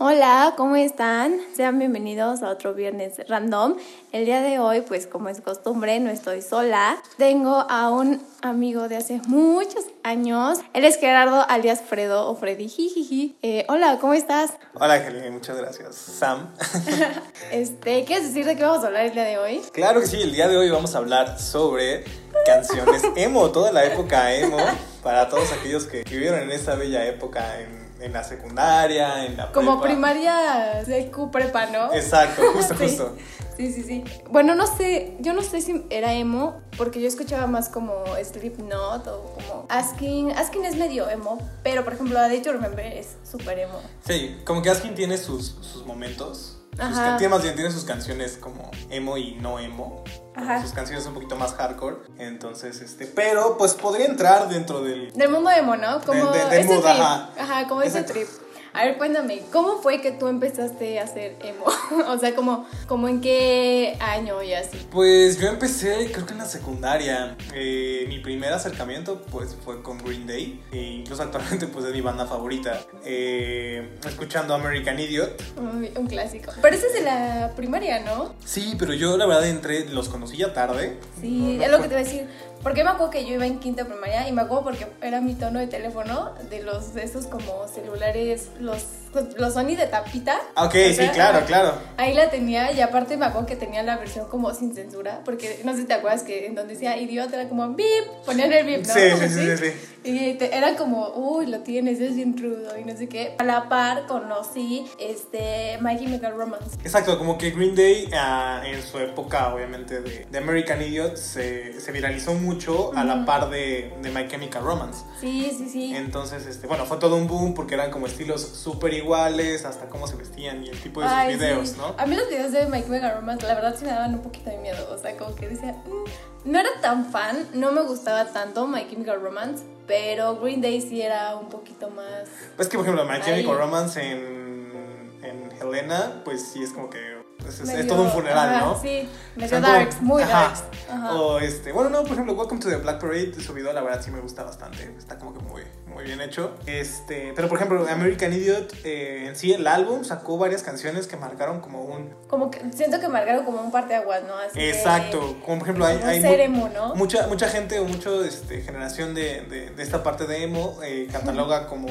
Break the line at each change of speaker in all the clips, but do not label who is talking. Hola, ¿cómo están? Sean bienvenidos a otro viernes random. El día de hoy, pues como es costumbre, no estoy sola. Tengo a un amigo de hace muchos años. Él es Gerardo alias Fredo o Freddy. Jijiji. Eh, hola, ¿cómo estás?
Hola, Angelina, muchas gracias. Sam.
Este, ¿quieres decir de qué vamos a hablar el día de hoy?
Claro que sí, el día de hoy vamos a hablar sobre canciones emo, toda la época emo, para todos aquellos que vivieron en esa bella época en, en la secundaria, en la
Como
prepa.
primaria de prepa, ¿no?
Exacto, justo,
Sí.
justo.
Sí, sí, sí. Bueno, no sé, yo no sé si era emo, porque yo escuchaba más como Slipknot o como Asking. Asking es medio emo, pero por ejemplo, A Day to Remember es súper emo.
Sí, como que Askin tiene sus, sus momentos. sus
Ajá.
can- tiene más bien, tiene sus canciones como emo y no emo. como
Ajá.
Sus canciones un poquito más hardcore. Entonces, este. Pero, pues podría entrar dentro del.
Del mundo emo, ¿no? Como
De- de- del
ese
mood,
trip.
ajá.
como ese
Exacto.
trip. A ver, cuéntame, ¿cómo fue que tú empezaste a ser emo? o sea, como, como en qué año y así.
Pues yo empecé, creo que en la secundaria. Eh, mi primer acercamiento pues, fue con Green Day. E incluso actualmente pues, es mi banda favorita. Eh, escuchando American Idiot.
Un un clásico. Pero ese es de la primaria, ¿no?
Sí, pero yo la verdad entré, los conocí ya tarde.
Sí,
No, no
es lo
fue-
que te iba a decir. Porque me acuerdo que yo iba en quinta primaria y me acuerdo porque era mi tono de teléfono de los de esos como celulares, los, los Sony de tapita.
Ah, Ok,
O
sí,
sea,
claro, claro.
Ahí la tenía y aparte me acuerdo que tenía la versión como sin censura, porque no sé si te acuerdas que en donde decía idiota era como bip, ponían el bip, ¿no?
Sí, sí,
Así.
sí, sí, sí.
Y te- era como, uy, lo tienes, es bien rudo y no sé qué. A la par conocí este My Chemical Romance.
Exacto, como que Green Day ah, en su época, obviamente, de, de American Idiot se, se viralizó mucho a la par de, de My Chemical Romance.
Sí, sí, sí.
Entonces, este, bueno, fue todo un boom porque eran como estilos súper iguales, hasta cómo se vestían y el tipo de sus
Ay,
pues, videos,
sí.
¿no?
A mí los videos de Mike Mega Romance, la verdad sí me daban un poquito de miedo. O sea, como que decía, "Mm". no era tan fan, no me gustaba tanto My Chemical Romance, pero Green Day sí era un poquito más.
Pues que, por ejemplo, My Chemical
Ay.
Romance en, en Helena, pues sí es como que pues, es, es
medio-
todo un funeral,
ajá,
¿no?
Sí, medio
Son como-
darks, muy
ajá.
darks. Ajá.
O este, bueno, no, por ejemplo, Welcome to the Black Parade, su video la verdad sí me gusta bastante, está como que muy, muy bien hecho. Este, pero por ejemplo, American Idiot eh, en sí, el álbum sacó varias canciones que marcaron como un...
Como que siento que marcaron como un parteaguas, ¿no? Así de-
Exacto, como por ejemplo hay...
como
hay
un
mu-
ser emo, ¿no?
Mucha, mucha gente o mucha este, generación de, de- de esta parte de emo eh, cataloga como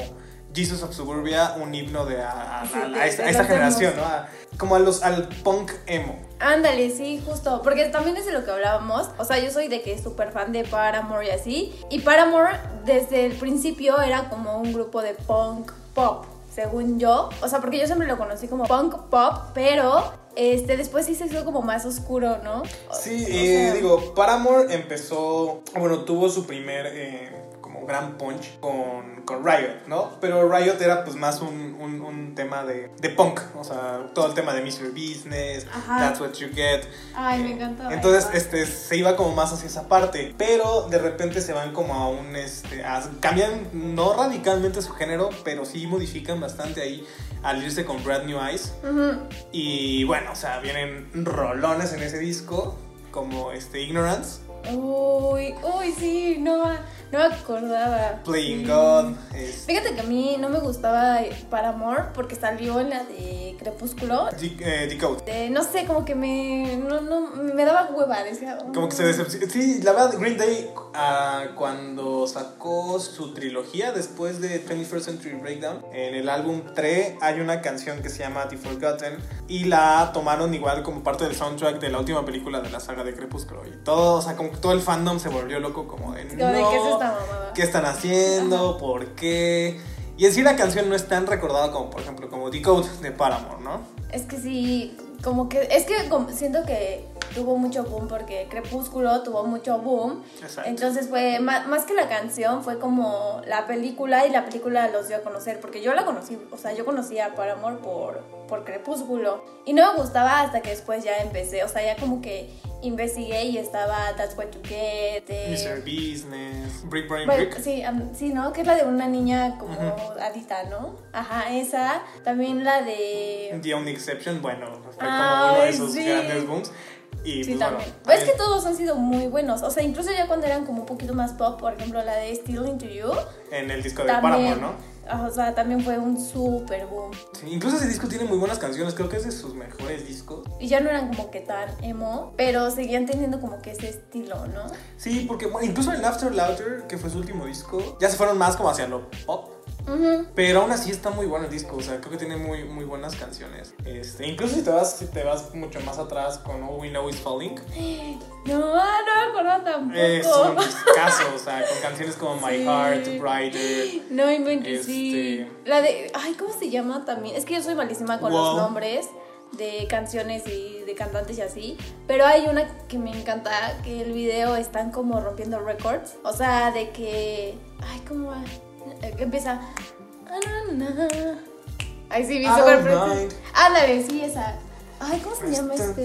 Jesus of Suburbia un himno de a, a- a-
Sí,
a
de-
esta,
de
a esta
los
generación,
emos.
¿no? A- como a los, al punk emo.
Ándale, sí, justo. Porque también es de lo que hablábamos. O sea, yo soy de que súper fan de Paramore y así. Y Paramore desde el principio era como un grupo de punk pop, según yo. O sea, porque yo siempre lo conocí como punk pop, pero este después sí se hizo como más oscuro, ¿no? O-
Sí,
o
eh,
sea,
digo, Paramore empezó, bueno, tuvo su primer eh, como gran punch con, con Riot, ¿no? Pero Riot era pues más un, un- un tema de, de punk, o sea, todo el tema de Mystery Business,
Ajá.
That's What You Get.
Ay,
eh,
me encantaba.
Entonces,
eso.
este, se iba como más hacia esa parte, pero de repente se van como a un, este, a- cambian no radicalmente su género, pero sí modifican bastante ahí al irse con Brand New Eyes.
Ujú.
Y bueno, o sea, vienen rolones en ese disco, como este Ignorance,
Uy, uy, sí, no, no me acordaba.
Playing
Sí.
God, este,
Fíjate que a mí no me gustaba Paramore porque salió en la de Crepúsculo.
De- eh, Decode.
Eh, no sé, como que me, no, no, me daba hueva, decía. "Oh".
Como que se decepcionó. Sí, la verdad, Green Day, ah, cuando sacó su trilogía después de 21st Century Breakdown, en el álbum 3 hay una canción que se llama The Forgotten y la tomaron igual como parte del soundtrack de la última película de la saga de Crepúsculo. Y todo, o sea, como que todo el fandom se volvió loco, como de.
Como de,
"No,
¿qué es esta mamada?
qué están haciendo, por qué. Y en sí la canción no es tan recordada como, por ejemplo, como Decode de Paramore, ¿no?
Es que sí, como que, es que como- siento que tuvo mucho boom porque Crepúsculo tuvo mucho boom.
Exacto.
Entonces fue, ma- más, que la canción, fue como la película y la película los dio a conocer porque yo la conocí, o sea, yo conocía Paramore por, por Crepúsculo y no me gustaba hasta que después ya empecé, o sea, ya como que investigué y estaba That's What You Get. eh,
Mr. Business, Brick Brain
Bueno,
Brick.
Pues, sí, am- sí, ¿no? Que es la de una niña como
Ujú.
adicta, ¿no? Ajá, esa. También la de...
The Only Exception, bueno, fue como uno de
Ay,
esos
sí.
grandes booms. Y
Sí,
pues,
también.
bueno,
Es que todos han sido muy buenos. O sea, incluso ya cuando eran como un poquito más pop, por ejemplo, la de Still Into You.
en el disco de
También.
Paramore, ¿no?
o sea, también fue un super boom.
Sí, incluso ese disco tiene muy buenas canciones, creo que es de sus mejores discos.
Y ya no eran como que tan emo, pero seguían teniendo como que ese estilo, ¿no?
Sí, porque bueno, incluso en After Louder, que fue su último disco, ya se fueron más como hacia lo pop.
Ujú.
Pero aún así está muy bueno el disco, o sea, creo que tiene muy, muy buenas canciones. Este, incluso si te vas, si te vas mucho más atrás con All We Know Is Falling,
No, ah, no me acuerdo tampoco.
es un discazo, o sea, con canciones como My
Sí.
Heart, Brighter.
No inventes, sí.
Este-
La de. Ay, ¿cómo se llama también? Es que yo soy malísima con los
Wow.
nombres de canciones y de cantantes y así. Pero hay una que me encanta, que el video están como rompiendo récords. O sea, de que. Ay, ¿cómo va? Eh, Que empieza. Ah, na, na. Ay, sí, vi
I
súper
don't
preciosa.
mind.
Ándale, sí, esa. Ay, ¿cómo se llama este?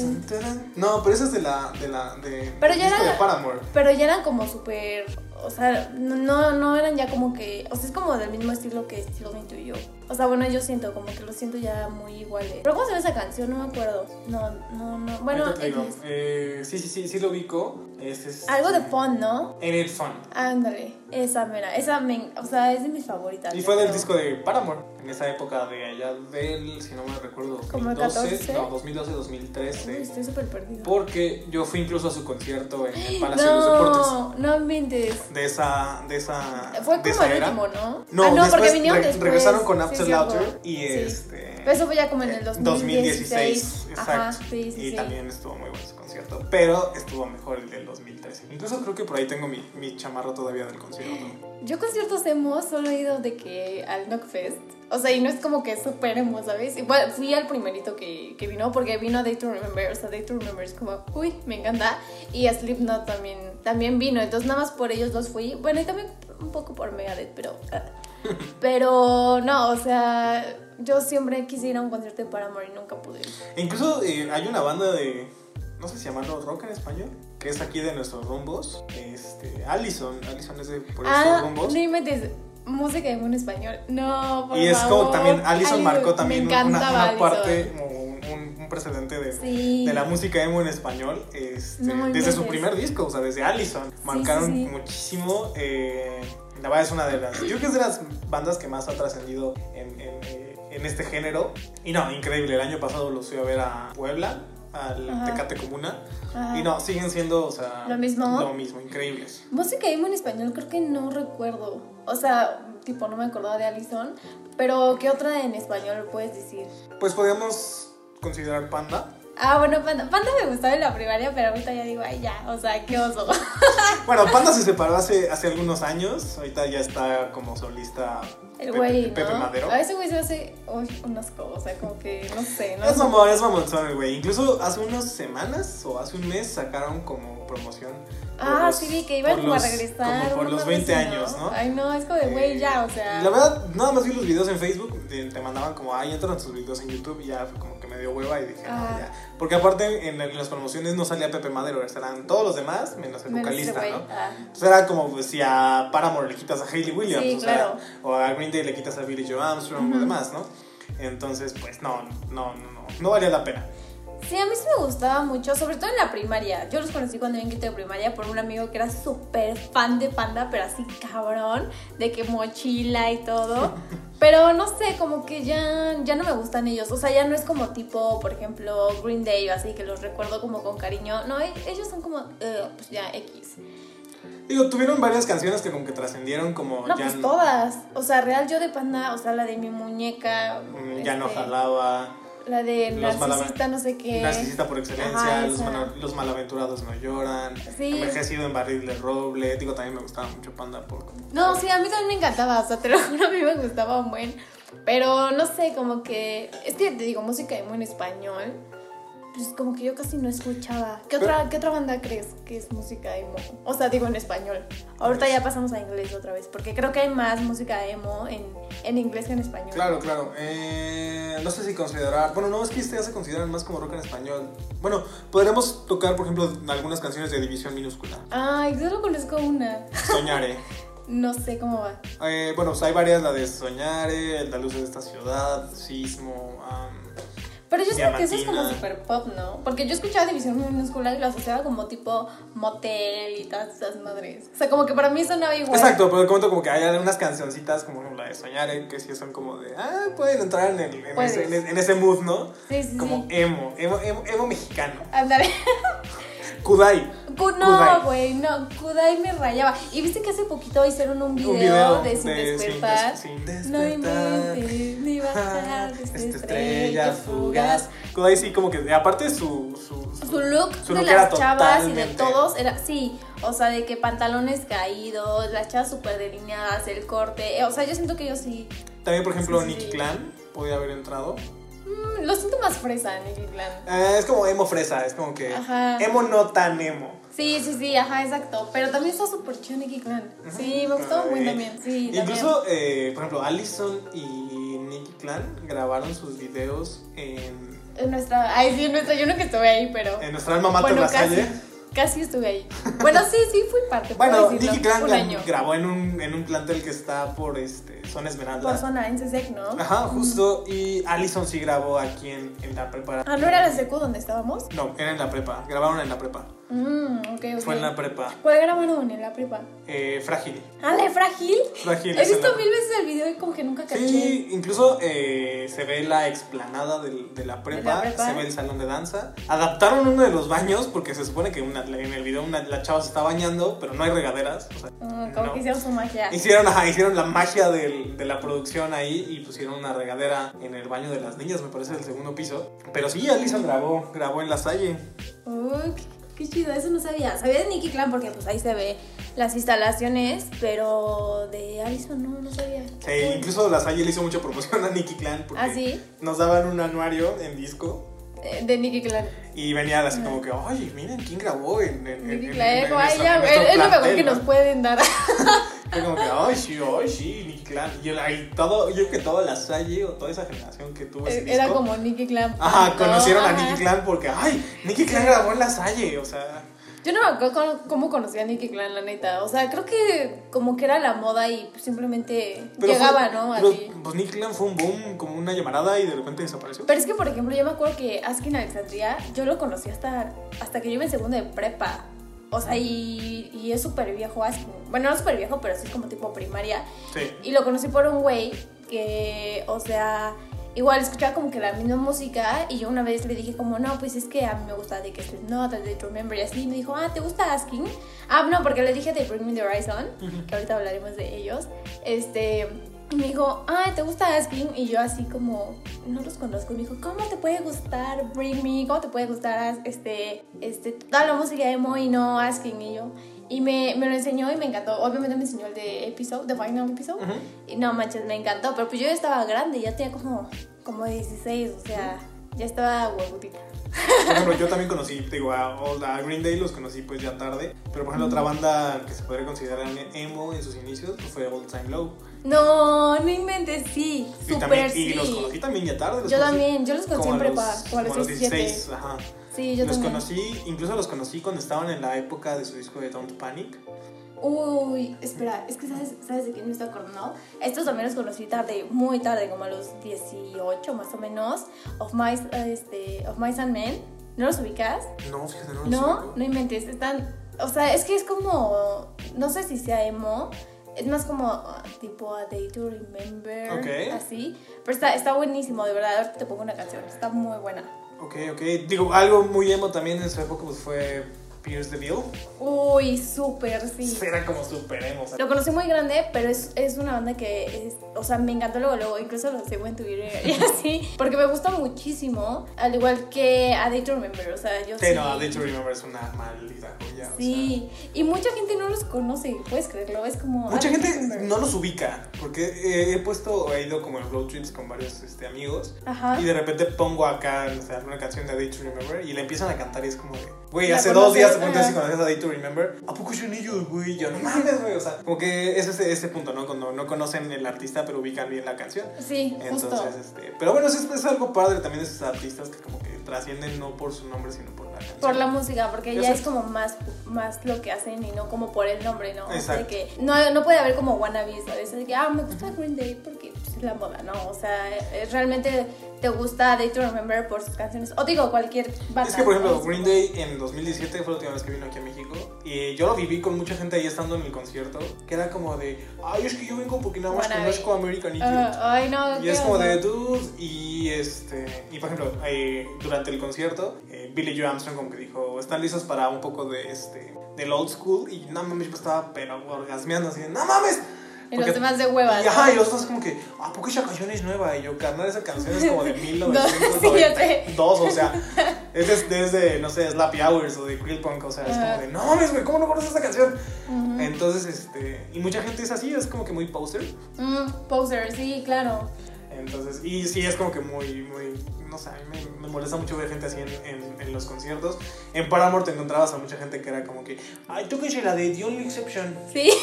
No, pero esa es de la, de la, de,
Pero
del
ya
disco
era-
de Paramore.
Pero ya eran como súper. O sea, no, no eran ya como que. O sea, es como del mismo estilo que Estilo Me y yo. O sea, bueno, yo siento, como que lo siento ya muy iguales. Pero ¿cómo se llama esa canción? No me acuerdo. No, no, no. Bueno,
Ahorita te digo.
X.
Eh, sí, sí, sí, sí lo ubico. Este es,
algo de fun, ¿no?
En el Fun.
Ándale, esa mera. Esa, me, o sea, es de mis favoritas.
Y fue del
creo.
disco de Paramore, en esa época de allá del, si no me recuerdo,
¿Como el
2012,
14?
no, 2012,
Uy,
2013,
estoy súper perdida.
porque yo fui incluso a su concierto en el Palacio de los Deportes
No, no inventes.
de esa de esa
Fue
de
como
esa
el
era.
último, ¿no?
No,
ah, no, porque
después
vinieron
re-
después.
regresaron con
Sí,
After
sí,
Louder
algo.
y
Sí.
este
Pero eso fue ya como en el 2016.
2016,
Ajá,
exacto.
sí, sí,
y
sí.
también estuvo muy bueno su concierto, pero estuvo mejor el del 2013. Incluso creo que por ahí tengo mi, mi chamarra todavía del concierto.
Yo conciertos emo solo he ido de que al Knockfest. O sea, y no es como que súper emo, ¿sabes? Igual fui al primerito que, que vino, porque vino a Day to Remember. O sea, Day to Remember es como, uy, me encanta. Y a Slipknot también, también vino. Entonces, nada más por ellos dos fui. Bueno, y también un poco por Megadeth, pero... ah. Pero no, o sea, yo siempre quise ir a un concierto de Paramore y nunca pude ir.
E incluso eh, hay una banda de no sé si llamarlo rock en español, que es aquí de nuestros rumbos, este Allison, Allison es de por estos
Ah,
rumbos.
no inventes. Música de un español. No, por
Y es como
favor.
también, Allison
Ay,
marcó
me
también una, una
encantaba Allison.
parte, como un, un- un precedente de,
Sí.
de la música emo en español, este,
No
desde su
inventes.
primer disco, o sea, desde Allison. Marcaron
sí, sí.
muchísimo. eh, la verdad es una de las, yo creo que es de las bandas que más ha trascendido en, en, eh, en este género. Y no, increíble, el año pasado los fui a ver a Puebla, al
Ajá.
Tecate Comuna.
Ajá.
Y no, siguen siendo, o sea,
¿Lo mismo?
lo mismo, increíbles.
Música emo en español creo que no recuerdo. O sea, tipo, no me acordaba de Allison. Pero, ¿qué otra en español puedes decir?
Pues podríamos considerar Panda.
Ah, bueno, Panda. Panda me gustaba en la primaria, pero ahorita ya digo, ay, ya. O sea, qué oso.
Bueno, Panda se separó hace, hace algunos años. Ahorita ya está como solista
El
Pepe-
güey, ¿no?
Pepe Madero.
A ese güey se hace uy, unas cosas, como que, no sé, no
Es
sé.
mamón, es mamonzón el güey. Incluso hace unas semanas o hace un mes sacaron como promoción. por
Ah,
los-
sí, vi que iban
por
como a
los-
regresar.
Como por
una
los
madre
20
así,
años, ¿no?
Ay, no, es como de, güey, ya, o sea.
La verdad, nada más vi los videos en Facebook, te, te mandaban como, ay, entran sus videos en YouTube y ya fue como que me dio hueva y dije,
Ah.
no, ya. Porque aparte en, en las promociones no salía Pepe Madero, estarán todos los demás menos el
menos ese
vocalista,
güey,
¿no?
ah.
Pues era como pues, si a Paramore le quitas a Hayley Williams,
Sí,
o, sea,
claro.
o a Green Day le quitas a Billy Joe Armstrong o demás, ¿no? Entonces, pues no, no, no, no, no valía la pena.
Sí, a mí sí me gustaba mucho, sobre todo en la primaria. Yo los conocí cuando iba en quinto de primaria por un amigo que era súper fan de Panda, pero así cabrón, de que mochila y todo. Pero no sé, como que ya, ya no me gustan ellos. O sea, ya no es como tipo, por ejemplo, Green Day o así, que los recuerdo como con cariño. No, e- ellos son como, "Ugh", pues ya, X.
Digo, tuvieron varias canciones que como que trascendieron como
No,
ya,
pues todas. O sea, real yo de Panda, o sea, la de mi muñeca.
mm, ya no
este,
jalaba,
La de
Los Malava-
Narcisista, no sé qué.
Narcisista por excelencia,
Ajá,
los,
esa.
Mana- Los malaventurados no lloran,
Sí.
envejecido en barril de roble, digo, también me gustaba mucho Panda por...
No, sí, a mí también me encantaba, o sea, te lo juro, a mí me gustaba un buen. Pero no sé, como que. Es que te digo, música emo en español. Pues como que yo casi no escuchaba. ¿Qué otra, ¿qué otra banda crees que es música emo? O sea, digo en español. Ahorita ya pasamos a inglés otra vez, porque creo que hay más música emo en, en inglés que en español.
Claro, claro. Eh, no sé si considerar. Bueno, no, es que este ya se consideran más como rock en español. Bueno, podremos tocar, por ejemplo, algunas canciones de División Minúscula.
Ay, yo solo conozco una.
Soñaré.
No sé cómo va.
Eh, bueno, pues hay varias: la de Soñaré, la luz de esta ciudad, Sismo. am,
Pero yo creo que eso es como
Diamantina.
super pop, ¿no? Porque yo escuchaba División Minúscula y lo asociaba como tipo motel y todas esas madres. O sea, como que para mí sonaba igual.
Exacto, pero comento como que hay unas cancioncitas como la de Soñaré, que sí son como de, ah, pueden entrar en, el, en,
Puedes.
ese, en, en ese mood, ¿no?
Sí, sí, sí.
Como emo, emo, emo, emo mexicano.
Ándale.
Kudai.
Cu- No,
Kudai.
güey, no. Kudai me rayaba. Y viste que hace poquito hicieron un video,
Un video
de Sin Despertar.
Sin
No
despertar.
inventes, ni
Ah,
bajar
Esta
desde
estrella fugaz. Kudai sí, como que aparte su. Su,
Su look
su
de
look era
las chavas y de
totalmente-
todos era, sí, o sea, de que pantalones caídos, las chavas súper delineadas, el corte, eh, o sea, yo siento que yo sí,
También, por ejemplo,
Sí, sí.
Nicky Clan podía haber entrado.
mm, lo siento más fresa, Nicky Clan.
Ah, es como emo fresa, es como que.
Ajá.
Emo no tan emo.
Sí, sí, sí, ajá, exacto, pero también está súper chido Nicky Clan. Sí, me gustaba muy
Ay.
también, sí, también.
Incluso, eh, por ejemplo, Allison y Nicky Clan grabaron sus videos en,
En nuestra, ay, sí, en nuestra, yo no que estuve ahí, pero...
en nuestra alma mater
bueno,
La
casi,
Salle.
casi estuve ahí. Bueno, sí, sí, fui parte, puedo
Bueno,
decirlo,
Nicky Clan
un
gra-
año.
grabó en un, en un plantel que está por este, Zona Esmeralda.
Por zona, en CSEC, ¿no?
Ajá, justo. Y Allison sí grabó aquí en, en la prepa.
Ah, ¿no era la secu donde estábamos?
No, era en la prepa. Grabaron en la prepa.
Mm, ok, ok.
Fue en la prepa.
¿Cuál grabaron en la prepa?
Eh, frágil.
¿Ah, la de Frágil?
Frágil.
He
es en
visto
la-
mil veces el video y como que nunca caché.
Sí, incluso eh, se ve la explanada del- de, la prepa,
la prepa.
se ve el salón de danza. Adaptaron uno de los baños porque se supone que una- en el video una- la chava se está bañando, pero no hay regaderas. o sea,
Mm, como
no.
que hicieron su magia.
Hicieron, ajá, hicieron la magia del- de la producción ahí y pusieron una regadera en el baño de las niñas, me parece, del segundo piso. Pero sí, Alison grabó, grabó en la salle.
Uh, qué, qué chido, eso no sabía. Sabía de Nicky Clan porque pues ahí se ve las instalaciones, pero de Allison no, no sabía.
Sí, incluso la salle le hizo mucha promoción a Nicky Clan porque
¿Ah, sí?
nos daban un anuario en disco
Eh, de Nicky Clan.
Y venían así como que, oye, miren quién grabó en, en, en,
Nicky
en-
Clan,
en- en
ay,
nuestro-
ya,
nuestro
güey, es lo mejor
plantel,
que
¿no?"
nos pueden dar.
Fue como que, ay, sí, ay, sí, Nicky Clan. Y, yo- y todo, yo creo que toda la salle o toda esa generación que tuvo ese
Eh, Era
disco,
como Nicky Clan.
Ajá, conocieron a
Ajá.
Nicky Clan porque, ay, Nicky Clan grabó en la salle, o sea.
Yo no me acuerdo cómo, cómo conocí a Nicky Clan, la neta. O sea, creo que como que era la moda y simplemente
pero
llegaba,
fue-
¿no?
pero,
Así.
pues Nicky Clan fue un boom, como una llamarada y de repente desapareció.
Pero es que, por ejemplo, yo me acuerdo que Askin Alexandria, yo lo conocí hasta, hasta que yo iba en segundo de prepa. O sea, y, y es súper viejo Askin. Bueno, no súper viejo, pero sí es como tipo primaria.
Sí.
Y lo conocí por un güey que, o sea, igual escuchaba como que la misma música y yo una vez le dije como, no, pues es que a mí me gusta de que no, de To Remember y así. Y me dijo, ah, ¿te gusta Asking? Ah, no, porque le dije de Bring Me The Horizon, que ahorita hablaremos de ellos. Este, y me dijo, ah, ¿te gusta Asking? Y yo así como, no los conozco. Y me dijo, ¿cómo te puede gustar Bring Me? ¿Cómo te puede gustar as- este, este, toda la música emo y no Asking? Y yo... Y me, me lo enseñó y me encantó. Obviamente me enseñó el de episode, The Final Episode.
Ujú.
Y no manches, me encantó, pero pues yo ya estaba grande, ya tenía como, como 16, o sea, ya estaba huevutita.
Por ejemplo, yo también conocí, te digo, a, a Green Day los conocí pues ya tarde. Pero por ejemplo, otra banda que se podría considerar emo en sus inicios pues, fue Old Time Low.
No, no inventes, sí,
Y,
súper
también,
sí.
y los conocí también ya tarde. los
Yo
conocí
también, yo los conocí
como
en
a
prepa,
los-
como a los 17.
16, ajá.
Sí, yo
los
también.
conocí, incluso los conocí cuando estaban en la época de su disco de Don't Panic.
Uy, espera, es que sabes, ¿sabes de quién me está acordando? Estos también los conocí tarde, muy tarde, como a los 18 más o menos. Of My, este, of Mice and Men, ¿no los ubicas?
No, fíjate, no los
No,
ubico.
no inventes, están, o sea, es que es como, no sé si sea emo, es más como ah, tipo A Day to Remember,
Ok.
así, pero está, está buenísimo, de verdad, ahorita te pongo una canción, está muy buena.
Ok, ok. Digo, algo muy emo también en su época pues, fue Pierce DeVille.
Uy, súper, sí.
Era como súper emo. o sea,
Lo conocí muy grande, pero es, es una banda que, es, o sea, me encantó luego, luego, incluso lo sigo en Twitter y así, porque me gusta muchísimo, al igual que A Day to Remember, o sea, yo
Sí, no, de hecho Remember es una maldita joya. o
Sí, y mucha gente no los conoce, puedes creerlo, es como...
sea. Mucha
"Ah,
gente
Remember".
no los ubica, porque eh, he puesto o he ido como en road trips con varios este, amigos
Ajá.
y de repente pongo acá o sea, alguna canción de A Day to Remember y la empiezan a cantar y es como de, güey,
La
hace dos
conoces,
días te pregunté
ajá.
si conoces a Day to Remember, ¿a poco son ellos, güey? Yo no mames, güey, o sea, como que es ese, ese punto, ¿no? Cuando no conocen el artista pero ubican bien la canción.
Sí, justo.
Entonces, este, pero bueno, eso es, es algo padre también de esos artistas que como que trascienden no por su nombre, sino por la canción.
Por la música, porque ya es
Exacto.
como más, más lo que hacen y no como por el nombre, ¿no? O sea,
Exacto.
que no, no puede haber como wannabes, ¿sabes? De que, ah, me gusta Green Day porque pues, es la moda, ¿no? O sea, es- realmente te gusta Day to Remember por sus canciones. O digo, cualquier banda.
Es que, por ejemplo,
¿no?
Green Day en 2017 fue la última vez que vino aquí a México. Y yo lo viví con mucha gente ahí estando en el concierto. Que era como de, ay, es que yo vengo porque nada más
Wannabe.
conozco a American Idiot.
Ajá, Ah, ay, no.
Y
qué
es como
oso.
de dudes y este y por ejemplo eh, durante el concierto eh, Billy Joe Armstrong como que dijo están listos para un poco de este del old school y no mames yo estaba pero orgasmeando así de, no mames
Y
Porque-
los demás de huevas.
y ajá y los dos como que ah porque esa canción es nueva y yo carnal esa canción es como de
Sí, ya sé.
1992 o sea es des- desde no sé Slappy Hours o de Grill Punk o sea es como
Ajá.
de no mames güey cómo no conoces esa canción
Ujú.
entonces este y mucha gente es así es como que muy poser
Mm, poser, sí, claro.
Entonces, y sí, es como que muy, muy, no sé, a mí me, me molesta mucho ver gente así en, en- en los conciertos. En Paramore te encontrabas a mucha gente que era como que, ay, tú que eres la de The Only Exception.
Sí,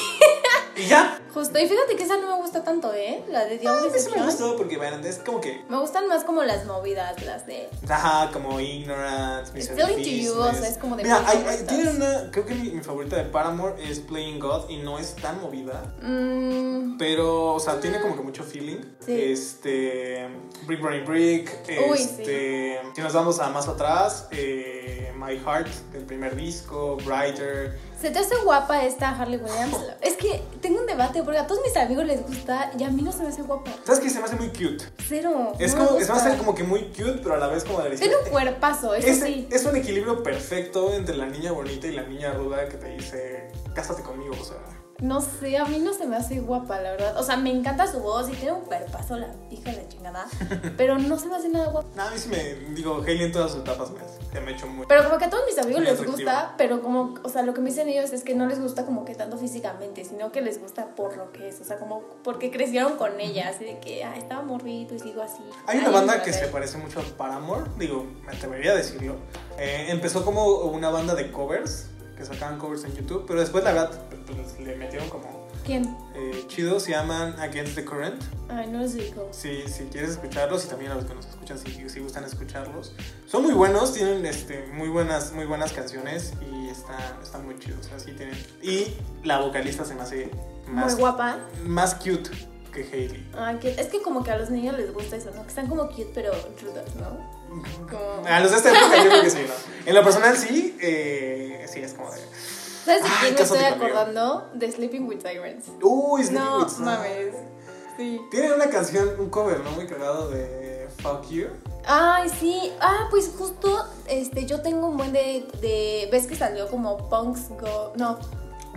Y ya,
justo. Y fíjate que esa no me gusta tanto, ¿eh? La de
a
Diablo.
mí sí me gustó porque, bueno, es como que,
me gustan más como las movidas, las de.
ajá, como Ignorance, Mr.
Still Into You, o sea, es como de
Mira,
mis
hay- hay-
favoritas.
tiene una, creo que mi, mi favorita de Paramore es Playing God y no es tan movida.
mm,
Pero, o sea, tiene como que mucho feeling.
Sí.
Este. Brick Brain Brick.
Uy, sí.
este. Si nos vamos a más atrás, eh, My Heart, del primer disco, Brighter.
¿Se te hace guapa esta Harley Williams? Es que tengo un debate porque a todos mis amigos les gusta y a mí no se me hace guapa.
¿Sabes qué? Se me hace muy cute.
Cero.
Es
no me
como. Se me
gusta.
hace como que muy cute, pero a la vez como de
Tiene un cuerpazo, eso
es,
sí.
es un equilibrio perfecto entre la niña bonita y la niña ruda que te dice, cásate conmigo, o sea.
No sé, a mí no se me hace guapa, la verdad. O sea, me encanta su voz y tiene un cuerpazo, la hija de la chingada. pero no se me hace nada guapa.
Nada, a mí sí me. Digo, Hailey en todas sus etapas me, hace- me ha hecho muy.
Pero como que a todos mis amigos
Muy
les
atractiva.
gusta, pero como, o sea, lo que me dicen ellos es que no les gusta como que tanto físicamente, sino que les gusta por lo que es, o sea, como porque crecieron con ella, así de que, ah, estaba morrito y sigo así.
Hay una
Ay,
banda
no,
que
no,
se
no.
parece mucho a Paramore, digo, me atrevería a decirlo. Eh, empezó como una banda de covers, que sacaban covers en YouTube, pero después la verdad pues, le metieron como
¿Quién?
eh, chido, se llaman Against the Current.
Ay, no los digo.
Si, si quieres escucharlos y también a los que nos escuchan, si, si gustan escucharlos. Son muy buenos, tienen este, muy, buenas, muy buenas canciones y están, están muy chidos. Así tienen. Y la vocalista se me hace
Muy
más,
guapa.
más cute que Hailey.
Ay, que- es que como que a los niños les gusta eso, ¿no? Que están como cute pero rudas, ¿no? Como...
A los de esta época yo creo que sí, ¿no? En lo personal sí, eh, sí, es como de...
¿Sabes de
Ay,
quién me estoy
cásate conmigo.
acordando? De Sleeping with Sirens.
Uy, Sleeping
No,
With Sound.
mames. Sí.
Tiene una canción, un cover, ¿no? Muy cagado de Fuck You.
Ay, sí. Ah, pues justo este, yo tengo un buen de, de. ¿Ves que salió como Punks Go. No.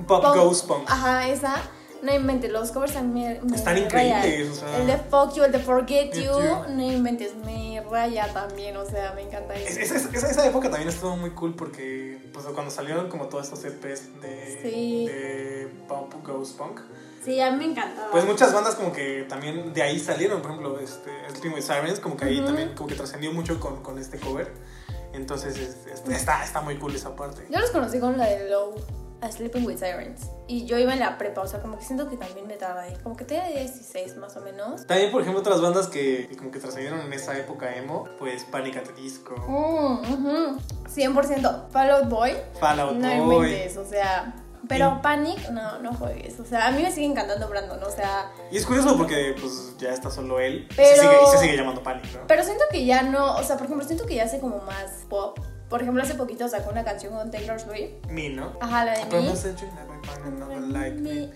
Pop
Punk- Ah,
Goes Punk.
Ajá, esa. No inventes, los covers a mí me. me
Están
rayan.
increíbles, o sea.
El de Fuck You, el de Forget
Get
You.
You.
No inventes, me raya también, o sea, me encanta eso.
Es- es- es- esa, esa época también estuvo muy cool porque pues, cuando salieron como todos estos EPs de,
Sí.
de Pop Goes Punk,
Sí, a mí me encantaba.
pues muchas bandas como que también de ahí salieron, por ejemplo, este, Sleeping With Sirens, como que ahí
Ujú.
también como que trascendió mucho con, con este cover. Entonces es- es- está, está muy cool esa parte.
Yo los conocí con la de Low, a Sleeping with Sirens. Y yo iba en la prepa, o sea, como que siento que también me tardé. Como que tenía 16 más o menos.
También, por ejemplo, otras bandas que como que trascendieron en esa época emo, pues Panic! At the Disco,
Mm, ujú. 100%. Fall Out Boy,
Fallout
no
Boy.
inventes, o sea. Pero
Sí.
Panic, no, no juegues. O sea, a mí me sigue encantando Brandon, o sea.
Y es curioso porque pues ya está solo él y
Pero-
se, sigue, y se sigue llamando Panic, ¿no?
Pero siento que ya no, o sea, por ejemplo, siento que ya hace como más pop. Por ejemplo, hace poquito sacó una canción con Taylor Swift.
Me, ¿no?
Ajá, la de
Pero
mí.
no sé, yo never found another like me.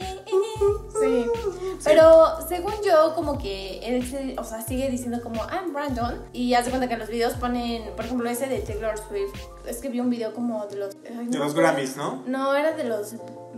Sí.
Sí.
Pero según yo, como que él se- o sea, sigue diciendo como I'm Brandon. Y hace cuenta que en los videos ponen, por ejemplo, ese de Taylor Swift. Es que vi un video como de los. ay, no
De
me
los
acuerdo.
Grammys, ¿no?
No, era de los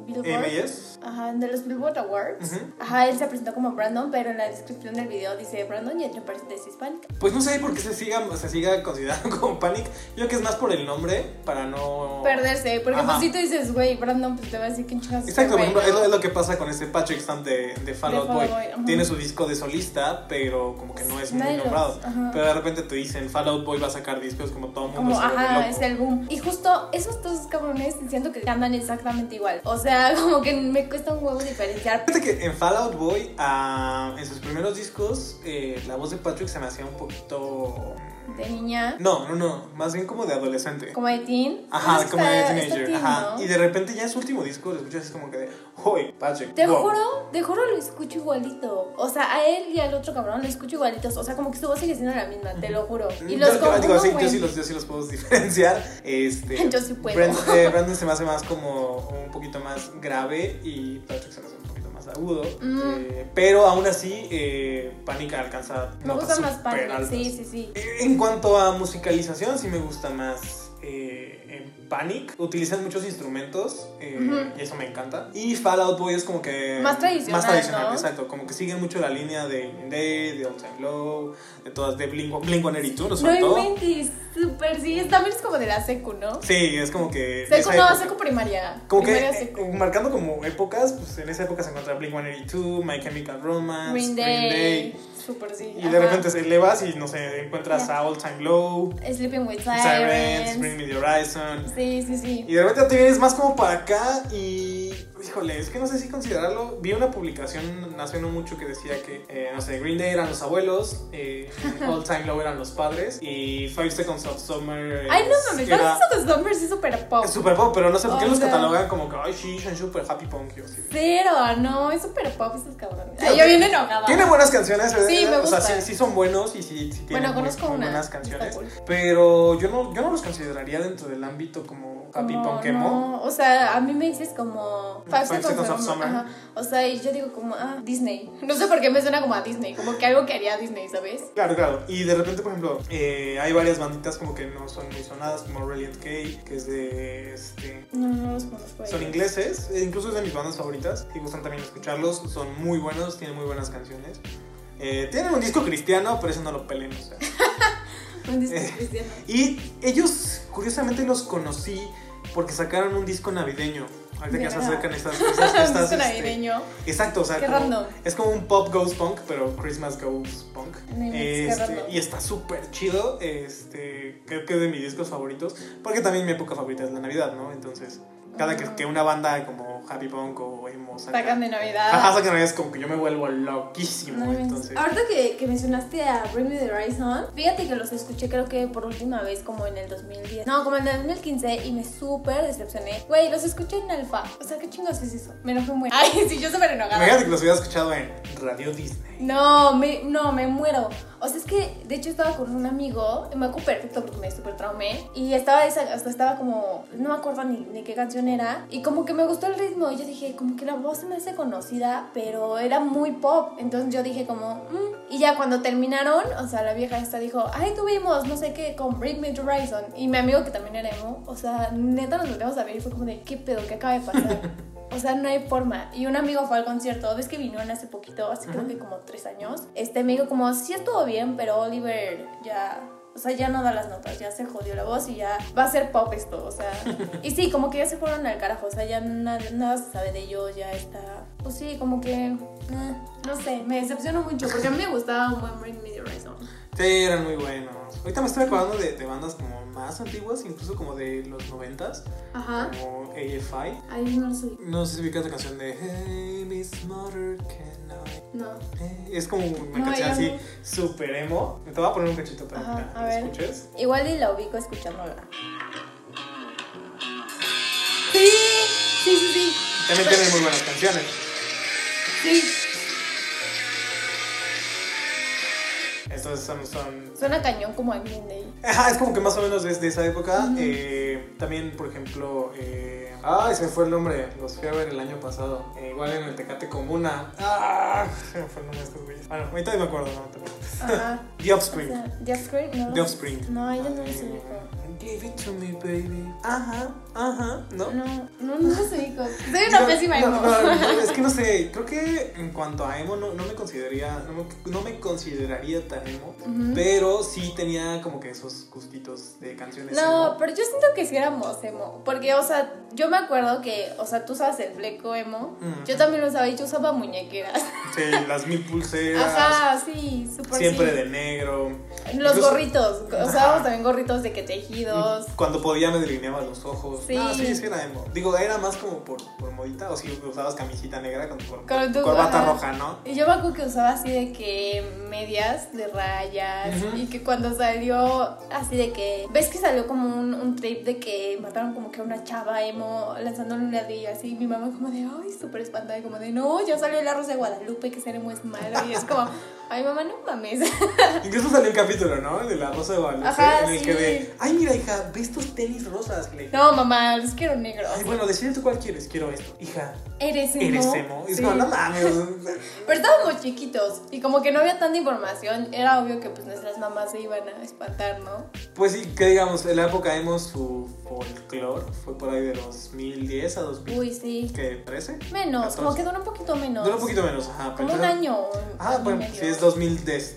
Billboard.
M&S.
Ajá, de los Billboard Awards.
Ujú.
Ajá, él se presentó como Brandon, pero en la descripción del video dice Brandon y entre paréntesis hispánica.
Pues no sé por qué se siga, se siga considerando como Panic. Yo creo que es más por el nombre, para no...
Perderse, porque
Oh. Ajá.
pues si tú dices, güey, Brandon, pues te va a decir que chingas. es
Exacto, por
güey,
ejemplo,
¿no?
es lo, es lo que pasa con este Patrick Stamp de, de Fall
De
Out
Fall
Boy.
Out Boy, ajá.
Tiene su disco de solista, pero como que no es muy
Nadie los-
nombrado.
ajá.
Pero de repente te dicen, Fall Out Boy va a sacar discos como todo el mundo.
Como,
se vuelve
ajá, este,
loco.
es el boom. Y justo esos dos cabrones siento que andan exactamente igual. O sea, como que me cuesta un huevo diferenciar.
Fíjate que en Fall Out Boy, ah, en sus primeros discos, eh, la voz de Patrick se me hacía un poquito... mm,
de niña,
No, no, no, más bien como de adolescente.
como de teen.
Ajá,
Pues
como de
está- está
teenager.
teen,
Ajá.
¿no?
Y de repente ya en su último disco lo escuchas es como que de, ¡Hoy, Patrick!
Te
wow".
juro, te juro lo escucho igualito. O sea, a él y al otro cabrón lo escucho igualitos. O sea, como que su voz sigue siendo la misma, te lo juro. Y los
Mm, yo, yo- digo,
confundo,
sí,
güey.
yo, sí los, yo sí los puedo diferenciar. Este,
Yo sí puedo.
Brandon, eh, Brandon se me hace más como un poquito más grave y Patrick se me hace un poquito más agudo.
Mm.
Eh, pero aún así, eh, Pánica alcanza.
Me
notas
gusta más
súper
Panic,
altas.
sí, sí, sí.
En cuanto a musicalización, sí me gusta más eh, en Panic. Utilizan muchos instrumentos eh,
Ujú.
y eso me encanta. Y Fallout Boy es como que.
Más tradicional,
Más tradicional,
¿no?
exacto. Como que siguen mucho la línea de In Day, de All Time Low, de todas, de Blink, Blink 182,
No
sobre todo.
inventes, súper sí. es- También es como de la secu, ¿no?
Sí, es como que.
Secu,
esa
no,
época.
secu primaria.
Como que
primaria
eh,
secu.
eh, marcando como épocas, pues en esa época se encuentra Blink 182, My Chemical Romance,
Green Day. Súper sí.
Y de
ajá.
repente se elevas y no sé, encuentras
Ya.
a All Time Low,
Sleeping with
Sirens, Bring
Sirens.
Me the Horizon.
Sí, sí, sí.
Y de repente te vienes más como para acá y... Híjole, es que no sé si considerarlo. Vi una publicación hace no mucho que decía que, eh, no sé, Green Day eran los abuelos, eh, All Time Low eran los padres y Five Seconds of Summer...
Ay, no
es-
mames,
era-
¿sabes esos nombres? Sí, súper pop.
es super pop, pero no sé por qué
O
los
sea-
catalogan como que, ay, sí, son super happy punk. yo así de-
Cero, no, es súper pop esos cabrones.
Tío,
Ay, yo bien enojada.
Tiene buenas canciones, ¿verdad?
Sí, me
O sea,
gustan.
sí, sí son buenos y sí, sí tienen
Bueno, conozco
muy
una,
buenas
está
canciones.
cool.
Pero yo no, yo no los consideraría dentro del ámbito como happy
Como,
punk emo.
No, o sea, a mí me dices como
Five Seconds of Summer.
ajá. O sea, y yo digo como, ah, Disney. No sé por qué me suena como a Disney, como que algo que haría Disney, ¿sabes?
Claro, claro. Y de repente, por ejemplo, eh, hay varias banditas como que no son muy sonadas, como Reliant K, que es de. Este,
No, no los conozco.
son
ellos.
ingleses, eh, incluso es de mis bandas favoritas. Si gustan también escucharlos, son muy buenos, tienen muy buenas canciones. Eh, tienen un disco cristiano, pero eso no lo peleen. o sea.
Un disco
Eh.
cristiano.
Y ellos, curiosamente, los conocí porque sacaron un disco navideño. Ahorita que se
Mira.
acercan estas.
Un
estas,
disco
estas, este,
navideño.
Exacto, o sea,
Qué
como-
random.
es como un pop goes punk, pero Christmas goes punk.
No inventes, qué
Este,
random.
y está súper chido, este, creo que es de mis discos favoritos, porque también mi época favorita es la Navidad, ¿no? Entonces, cada que,
Ah.
que una banda como Happy Punk o Emo saca-
Sacan de Navidad.
Ajá, saca Navidad, es como que yo me vuelvo loquísimo,
No,
entonces...
Ahorita que, que mencionaste a Bring Me the Horizon, fíjate que los escuché creo que por última vez como en el 2010. No, como en el 2015 y me súper decepcioné. Güey, los escuché en alfa. O sea, ¿qué chingos es eso? Me enojé muy. Ay, sí, yo súper enojada.
Imagínate que los hubiera escuchado en Radio Disney.
No, me, no, me muero. O sea, es que de hecho estaba con un amigo, me acuerdo perfecto porque me super traumé. Y estaba, esa, o sea, estaba como, no me acuerdo ni, ni qué canción era. Y como que me gustó el ritmo. Y yo dije, como que la voz se me hace conocida, pero era muy pop. Entonces yo dije, como, "Mm". Y ya cuando terminaron, o sea, la vieja esta dijo, ay, tuvimos, no sé qué, con Bring Me the Horizon. Y mi amigo que también era emo, o sea, neta nos volvemos a ver y fue como de, ¿qué pedo? ¿Qué acaba de pasar? O sea, no hay forma. Y un amigo fue al concierto, ves que vinieron hace poquito, hace creo que como tres años. Este me dijo como, sí estuvo bien, pero Oliver ya, o sea, ya no da las notas, ya se jodió la voz y ya va a ser pop esto, o sea. y sí, como que ya se fueron al carajo, o sea, ya na- nada se sabe de ellos, ya está. Pues sí, como que, eh, no sé, me decepcionó mucho porque a mí me gustaba un buen Bring Me The Horizon.
Sí, eran muy buenos. Ahorita me estoy acordando de, de bandas como más antiguas, incluso como de los noventas,
Ajá,
como AFI.
ahí no lo soy.
No sé si ubicas la canción de Hey Miss Mother, can I
No.
Eh, Es como una
No,
canción
ya
así
no.
super emo. Te voy a poner un cachito para
Ajá,
que la-
a
la
ver.
escuches.
Igual y la ubico escuchándola. Sí, sí, sí, sí.
También tiene muy buenas canciones.
Sí.
Entonces son. son...
Suena cañón como a Green Day.
Ajá, es como que más o menos desde esa época.
Ujú.
Eh, también, por ejemplo. Eh... Ay, se me fue el nombre. Los fui a ver el año pasado. Eh, igual en el Tecate Comuna. Ah, se me fue el nombre de estos güeyes. Bueno, ahorita me acuerdo, no te preocupes.
Ajá.
The
O
Offspring.
sea, The Offspring, no.
The Offspring.
No, ella no los
Eh,
ubico.
Give it to me, baby. Ajá, ajá, ¿no?
No, no, no los ubico. Soy una
Yo-
pésima
no,
emo.
no, no, es que no sé, creo que en cuanto a emo no, no me consideraría no me, no me consideraría tan emo,
Ujú.
pero sí tenía como que esos gustitos de canciones
No,
emo.
pero yo siento que sí éramos emo. Porque, o sea, yo me acuerdo que, o sea, tú usabas el fleco emo.
Ujú.
Yo también lo usaba y yo usaba muñequeras.
Sí, las mil pulseras.
Ajá, pues sí, súper
Siempre
sí.
de negro.
Los
Incluso-
gorritos. Usábamos también gorritos de que tejidos.
Cuando podía me delineaba los ojos.
Sí.
Ah, sí, sí era emo. Digo, era más como por, por modita o si usabas camisita negra con, cor-
Con tu-
corbata
ajá.
roja, ¿no?
Y yo me acuerdo que usaba así de que medias de rayas
Ujú.
y que cuando salió así de que... ¿Ves que salió como un, un trip de que mataron como que a una chava emo lanzándole un ladrillo así? Y mi mamá como de, ay, súper espantada, y como de, no, ya salió el arroz de Guadalupe, que ser emo es malo. Y es como, ay, mamá, no mames.
Incluso salió el capítulo, ¿no? El de la rosa de Guadalupe.
Ajá,
en el
sí.
que de, ay, mira, hija, ve estos tenis rosas. Le dije,
no, mamá, los quiero negros.
ay, bueno, decide tú cuál quieres. Quiero esto. Hija,
Eres emo.
eres emo. Y es
Sí.
como, no mames.
Pero estábamos chiquitos y como que no había tanta información, era obvio que pues nuestras mamás se iban a espantar, ¿no?
Pues sí, que digamos, en la época emo su folclore fue por ahí de 2010 a 2013.
Uy, sí. Menos,
Menos,
como que dura un poquito menos.
Duró un poquito menos, ajá.
Como un
pero-
año.
Ah,
año y
bueno,
medio.
si es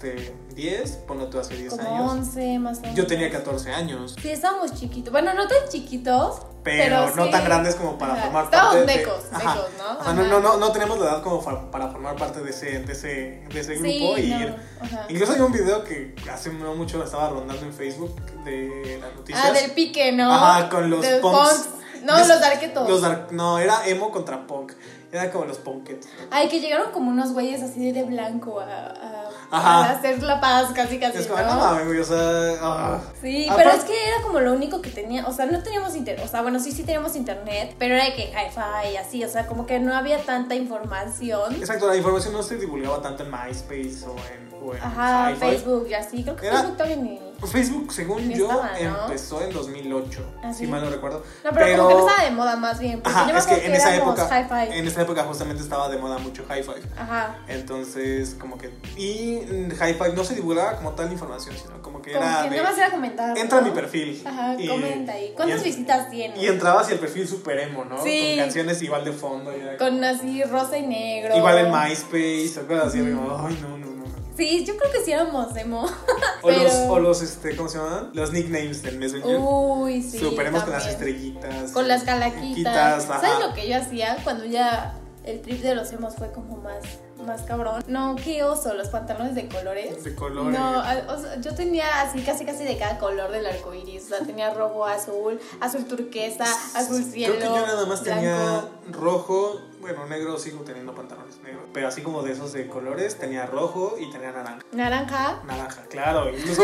2010, ponlo tú hace 10
Como
años.
11 más o menos.
Yo tenía 14 años,
Sí, estábamos chiquitos. Bueno, no tan chiquitos.
pero, no
sí.
tan grandes como para
Ajá,
formar
estábamos
parte de...
becos,
Ajá.
becos, ¿no?
O sea, no,
Ajá.
no, no, no tenemos la edad como fa- para formar parte de ese, de ese, de ese grupo.
Sí,
y
no, ajá.
Incluso hay un video que hace no mucho estaba rondando en Facebook de las noticias.
Ah, del pique, ¿no?
Ajá, con los
Del
punks.
punks. No,
Des-
los darketos.
Los dark- no, era emo contra punk. Era como los punkets.
Ay, que llegaron como unos güeyes así de blanco a, a-
Ajá.
a hacer la paz, casi, casi,
Es
¿no?
como, no mames, güey, o sea. ah.
Sí,
Aparte-
pero es que era como lo único que tenía, o sea, no teníamos internet, o sea, bueno, sí, sí teníamos internet, pero era de que hi-fi y así, o sea, como que no había tanta información.
Exacto, la información no se divulgaba tanto en MySpace o en, o en
Ajá,
sci-fi.
Facebook y así, creo que
Era-
Facebook también. ni- No,
Facebook, según
Ni
yo,
estaba, ¿no?
empezó en 2008,
¿Ah,
si
sí?
mal no recuerdo.
pero, como que no estaba de moda más bien, porque
Ajá,
yo me
es que,
acuerdo que,
en esa
éramos
época,
hi-fi.
en esa época justamente estaba de moda mucho hi-fi.
Ajá.
Entonces, como que y mm, hi-fi no se divulgaba como tal información, sino como que
Como
era
que
de,
nada más era comentar.
entra a
¿no?
mi perfil.
Ajá,
y-
comenta ahí.
y
¿Cuántas
en-
visitas tiene?
Y entrabas y el perfil super emo, ¿no?
Sí.
Con canciones igual de fondo. y era
Con así rosa y negro.
como- igual en MySpace, o cosas así. era como, Ay, no, no, no.
Sí, yo creo que sí éramos emo.
O los,
Pero-
o los, este, ¿cómo se llaman? Los nicknames del Messenger.
Uy, sí.
Superemos con las
también.
estrellitas.
Con las calaquitas.
Quitas, ajá.
¿Sabes lo que yo hacía cuando ya el trip de los emos fue como más, más cabrón? No, qué oso, los pantalones de colores.
De colores.
No, a- o sea, yo tenía así casi casi de cada color del arco iris. O sea, tenía rojo, azul, azul turquesa, azul cielo.
Creo que yo nada más tenía
blanco.
rojo, bueno, negro sigo teniendo pantalones negros, pero así como de esos de colores, tenía rojo y tenía naranja.
Naranja.
Naranja, claro. Incluso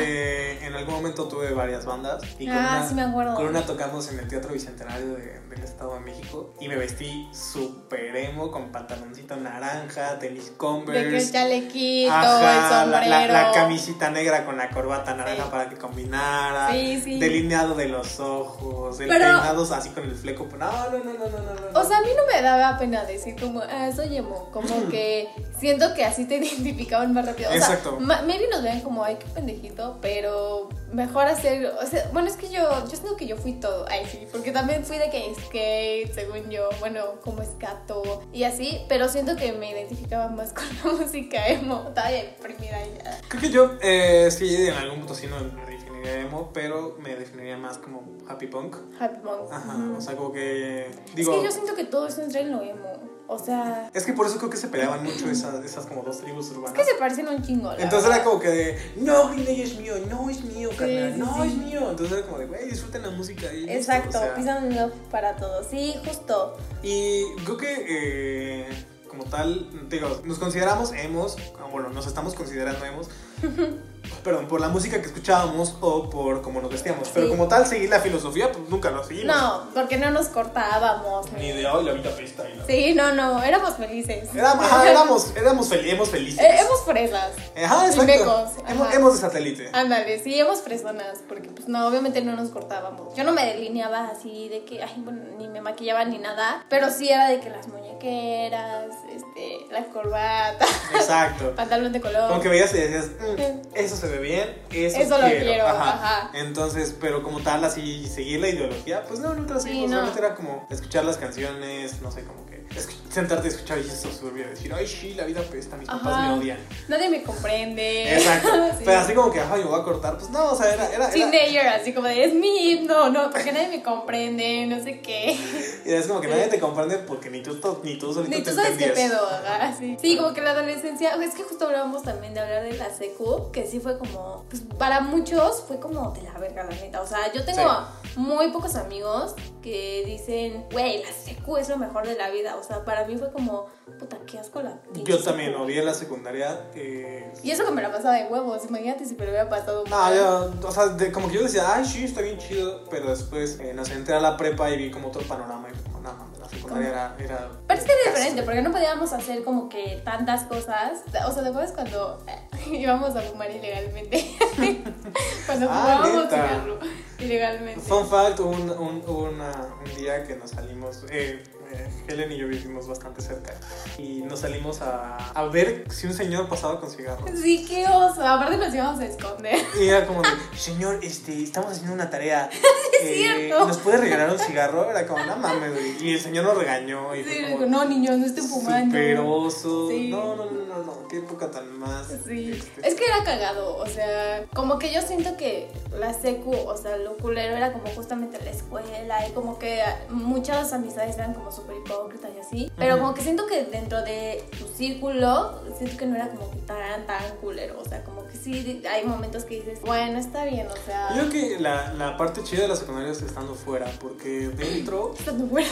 de- en algún momento tuve varias bandas y con,
Ah,
una,
sí me acuerdo.
con una tocamos en el Teatro Bicentenario de- del Estado de México y me vestí super emo con pantaloncito naranja, tenis
De que el
Converse.
chalequito,
Ajá,
el
la,
sombrero.
la- la camisita negra con la corbata naranja
Sí.
para que combinara.
Sí, sí.
Delineado de los ojos, el
Pero-
peinados así con el fleco. No, no, no, no, no, no, no.
O sea, a mí no me daba pena decir como, ah, soy emo. Como que siento que así te identificaban más rápido. O sea,
Exacto.
ma- maybe nos vean como, ay, qué pendejito, pero mejor hacer. O sea, bueno, es que yo, yo siento que yo fui todo. Ay, sí, porque también fui de que skate, según yo, bueno, como escato y así, pero siento que me identificaba más con la música emo. Estaba bien deprimida y ya.
Creo que yo, eh, sí, en algún punto sí no me definiría emo, pero me definiría más como happy punk.
Happy Monk.
Ajá,
Ujú.
o sea, como que.
Mm. es
Digo.
que yo siento que todo eso entra en lo emo. O sea,
es que por eso creo que se peleaban mucho esas, esas como dos tribus
es
urbanas.
que se parecen un chingo. la
Entonces
verdad.
era como que de, no, Green Day es mío, no es mío,
Sí,
carnal,
sí,
no
sí.
es mío. Entonces era como de, güey, disfruten la música. y listo", o
Exacto,
sea.
pisan love para todos. Sí, justo.
Y creo que eh, como tal, te digo, nos consideramos emos, o bueno, nos estamos considerando emos, perdón, por la música que escuchábamos o por cómo nos vestíamos. Pero
Sí.
como tal, seguir la filosofía, pues nunca lo seguimos.
No, porque no nos cortábamos.
Ni de hoy la vida pesta. Y la...
Sí, no, no, éramos felices.
Era- ajá, éramos, éramos fel- emos felices.
Eh, hemos fresas.
Ajá,
y
exacto.
becos,
Emo-
ajá.
emos de satélite.
Ándale, sí, hemos fresonas, porque pues no, obviamente no nos cortábamos. Yo no me delineaba así de que, ay, bueno, ni me maquillaba ni nada, pero sí era de que las muñequeras, este, la corbata,
Exacto.
pantalón de color.
Como que veías y decías, "Mm, eso se ve bien, eso,
Eso lo quiero, ajá.
Entonces, pero como tal, así seguir la ideología, pues no, nunca la
Sí,
seguimos.
no.
Solamente era como escuchar las canciones, no sé, como que escu- sentarte a escuchar y eso suburbia, decir, ay, sí, la vida pesta, mis papás
Ajá.
me odian.
Nadie me comprende.
Exacto.
Sí.
Pero así como que, ay, me voy a cortar, pues no, o sea, era. era, era-
Teenager, así como de, es mi himno, no, porque nadie me comprende, no sé qué.
y es como que nadie te comprende porque ni tú, to- ni tú solito
Ni tú
te
sabes qué
entendías.
pedo, ajá, sí. Sí, como que la adolescencia, es que justo hablábamos también de hablar de la secu, que sí fue como, pues para muchos fue como de la verga, la neta. O sea, yo tengo muy pocos amigos que dicen, güey, la secu es lo mejor de la vida. O sea, para mí fue como, puta, qué asco la pinche
Yo
secu.
también odié la secundaria. eh,
Y eso que me la pasaba de huevos, imagínate si me lo hubiera pasado
No,
mal.
yo, o sea, de- como que yo decía, ay, sí, está bien chido, pero después eh, nos entré a la prepa y vi como otro panorama y como, no, mames, la secundaria era, era...
Pero es que era diferente, porque no podíamos hacer como que tantas cosas. O sea, ¿te acuerdas cuando eh, íbamos a fumar ilegalmente? cuando
Ah,
fumábamos
neta.
cigarro ilegalmente.
Fun fact, hubo un, un- hubo una- un día que nos salimos, eh, eh, Helen y yo vivimos bastante cerca, y nos salimos a, a ver si un señor pasaba con cigarros.
Sí, qué oso. Aparte nos íbamos a esconder.
Y era como de, señor, este, estamos haciendo una tarea. eh,
cierto.
¿Nos puede regalar un cigarro? Era como, no mames, güey. Y el señor nos regañó. Y
Sí,
fue
le digo,
como,
no, niños, no estén Este fumando.
Superoso.
Sí.
No, no, no, no, no. Qué época tan más.
Sí,
este,
es que era cagado, o sea, como que yo siento que la secu, o sea, lo culero era como justamente la escuela y como que muchas amistades eran como súper hipócritas y así, pero
Ujú.
como que siento que dentro de tu círculo, siento que no era como que tan, tan culero, o sea, como que sí hay momentos que dices, bueno, está bien, o sea,
Yo creo que la, la parte chida de la secundaria es estando fuera, porque dentro
estando fuera,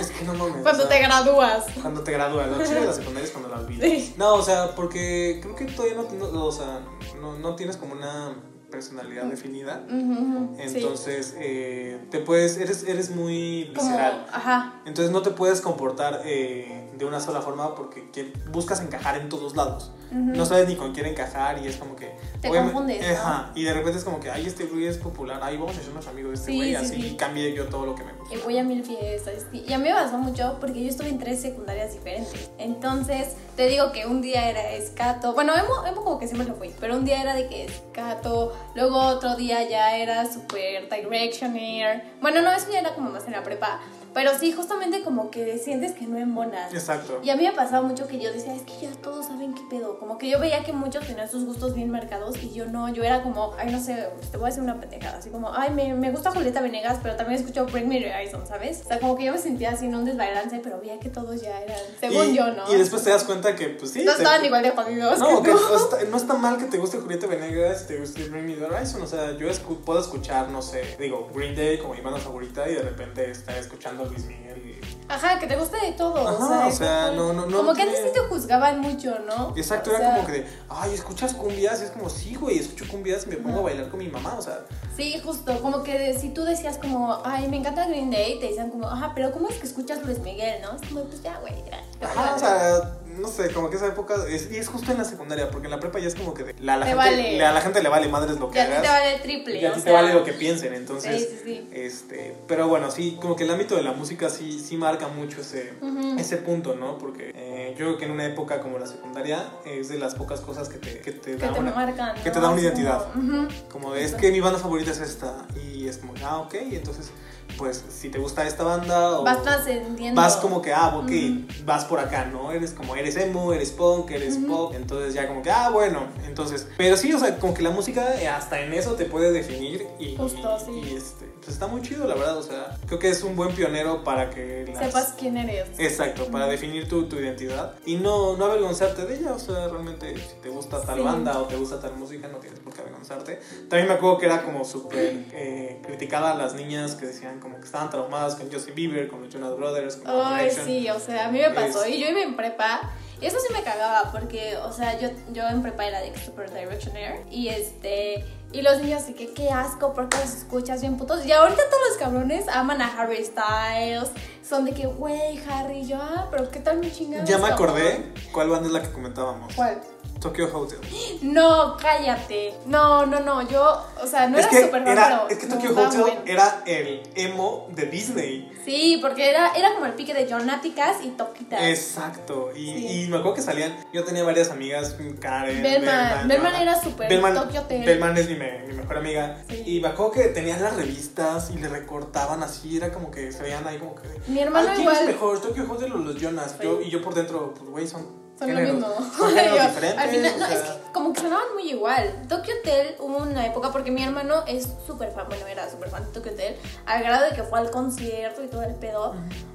es que no mames.
cuando
o
te
sea,
gradúas.
cuando te gradúas, lo chido de la secundaria es cuando la olvidas.
Sí.
No, o sea, porque creo que todavía no, no- o sea, no, no tienes como una personalidad definida.
Ujú, ujú, Mm. sí.
Entonces, eh, te puedes, eres, eres muy
como,
visceral.
ajá,
Entonces no te puedes comportar eh, de una sola forma porque quie- buscas encajar en todos lados. No sabes ni con quién encajar y es como que...
Te
obviamente-
confundes, ¿no?
Ajá, y de repente es como que, ay, este güey es popular, ay, vamos a hacernos amigos de este
Sí,
güey,
sí,
así
sí.
cambié yo todo lo que me gusta.
Y voy a mil fiestas. Y y a mí me pasó mucho porque yo estuve en tres secundarias diferentes. Entonces, te digo que un día era escato. Bueno, emo, emo como que siempre lo fui. Pero un día era de que escato. Luego otro día ya era super directioner. Bueno, no, eso ya era como más en la prepa. Pero sí, justamente como que sientes que no embonas.
Exacto.
Y a mí me pasaba mucho que yo decía, es que ya todos saben qué pedo. Como que yo veía que muchos tenían sus gustos bien marcados y yo no. Yo era como, ay, no sé, pues, te voy a hacer una pendejada. Así como, ay, me, me gusta Julieta Venegas, pero también escucho Bring Me the Horizon, ¿sabes? O sea, como que yo me sentía así en un desbalance, pero veía que todos ya eran, según
Y-
yo, ¿no?
Y después te das cuenta que, pues sí...
no
te-
estaban igual de jodidos.
No,
que
que
tú.
no está, no está mal que te guste Julieta Venegas y te guste Bring Me the Horizon. O sea, yo escu- puedo escuchar, no sé, digo, Green Day como mi banda favorita y de repente estar escuchando a Luis Miguel y
Ajá, que te guste de todo.
Ajá, o sea, no- no- no
Como que antes sí
tiene-
te juzgaban mucho, ¿no?
Exacto,
O
era
sea,
como que de, ay, ¿escuchas cumbias? Y es como, sí, güey, escucho cumbias, me pongo a bailar con mi mamá, o sea,
Sí, justo, como que de- si tú decías como, ay, me encanta Green Day, te decían como, ajá, pero ¿cómo es que escuchas Luis Miguel, no? Es como, pues ya, güey, ya. te
ajá,
vale".
o sea, no sé, como que esa época, es, y es justo en la secundaria, porque en la prepa ya es como que de, la, la
Te
gente,
vale.
le- a la gente le vale madres lo que
y a ti te
hagas,
vale el triple.
y a
o
ti te
sea,
vale lo que piensen, entonces,
Sí, sí, sí.
este, pero bueno, sí, como que el ámbito de la música sí, sí marca mucho ese,
Ujú.
ese punto, ¿no? Porque eh, yo creo que en una época como la secundaria es de las pocas cosas que te, que te
Que
da
te
una-
marcan.
que
¿no?
te da una
Así
identidad.
como, ujú.
Como de, es que mi banda favorita es esta. Y es como, ah, ok. Entonces, pues si te gusta esta banda o
Vas trascendiendo.
Oh. vas como que, ah, ok,
Ujú.
vas por acá, ¿no? Eres como, eres emo, eres punk, eres
Ujú.
pop. Entonces ya como que, ah, bueno. Entonces, pero sí, o sea, como que la música eh, hasta en eso te puede definir. Y,
Justo,
y-
sí.
y, este, pues está muy chido, la verdad. O sea, creo que es un buen pionero para que las-
Sepas quién eres.
Exacto, para definir tu, tu identidad y no, no avergonzarte de ella. O sea, realmente, si te gusta tal
Sí.
banda o te gusta tal música, no tienes por qué avergonzarte. También me acuerdo que era como súper eh, criticada a las niñas que decían como que estaban traumadas con Justin Bieber, con los Jonas Brothers, con One
Ay,
Direction.
sí, o sea, a mí me pasó.
Es-
Y yo iba en prepa. Y eso sí me cagaba, porque, o sea, yo, yo en prepa era de que Super Directioner. Y este. Y los niños, así que qué asco, porque los escuchas bien putos. Y ahorita todos los cabrones aman a Harry Styles. Son de que, güey, Harry, y yo, ah, pero qué tal mi chingada.
Ya me acordé cuál banda es la que comentábamos.
¿Cuál?
Tokyo Hotel.
No, cállate. No, no, no. Yo, o sea, no
es,
era
que
súper
era-
fan, pero
es que
me
Tokyo
gustaba
Hotel
un buen.
era el emo de Disney.
Sí, porque era, era como el pique de Jonáticas y Toquitas.
Exacto. Y,
Sí.
y me acuerdo que salían. Yo tenía varias amigas, Karen.
Belman. Belman era súper
Belman-
Tokyo Hotel.
Belman es mi, me- mi mejor amiga.
Sí.
Y me acuerdo que tenían las revistas y le recortaban así. Era como que se veían ahí como que.
Mi hermano
"Ay, ¿quién
igual.
es mejor? Tokyo Hotel o los Jonas.
Sí.
Yo, y yo por dentro, pues güey, son
Son lo
Géneros.
mismo.
Son géneros
Yo,
diferentes,
Al final,
o
no,
sea.
es que como que sonaban muy igual. Tokyo Hotel hubo una época, porque mi hermano es súper fan, bueno, era súper fan de Tokyo Hotel, al grado de que fue al concierto y todo el pedo.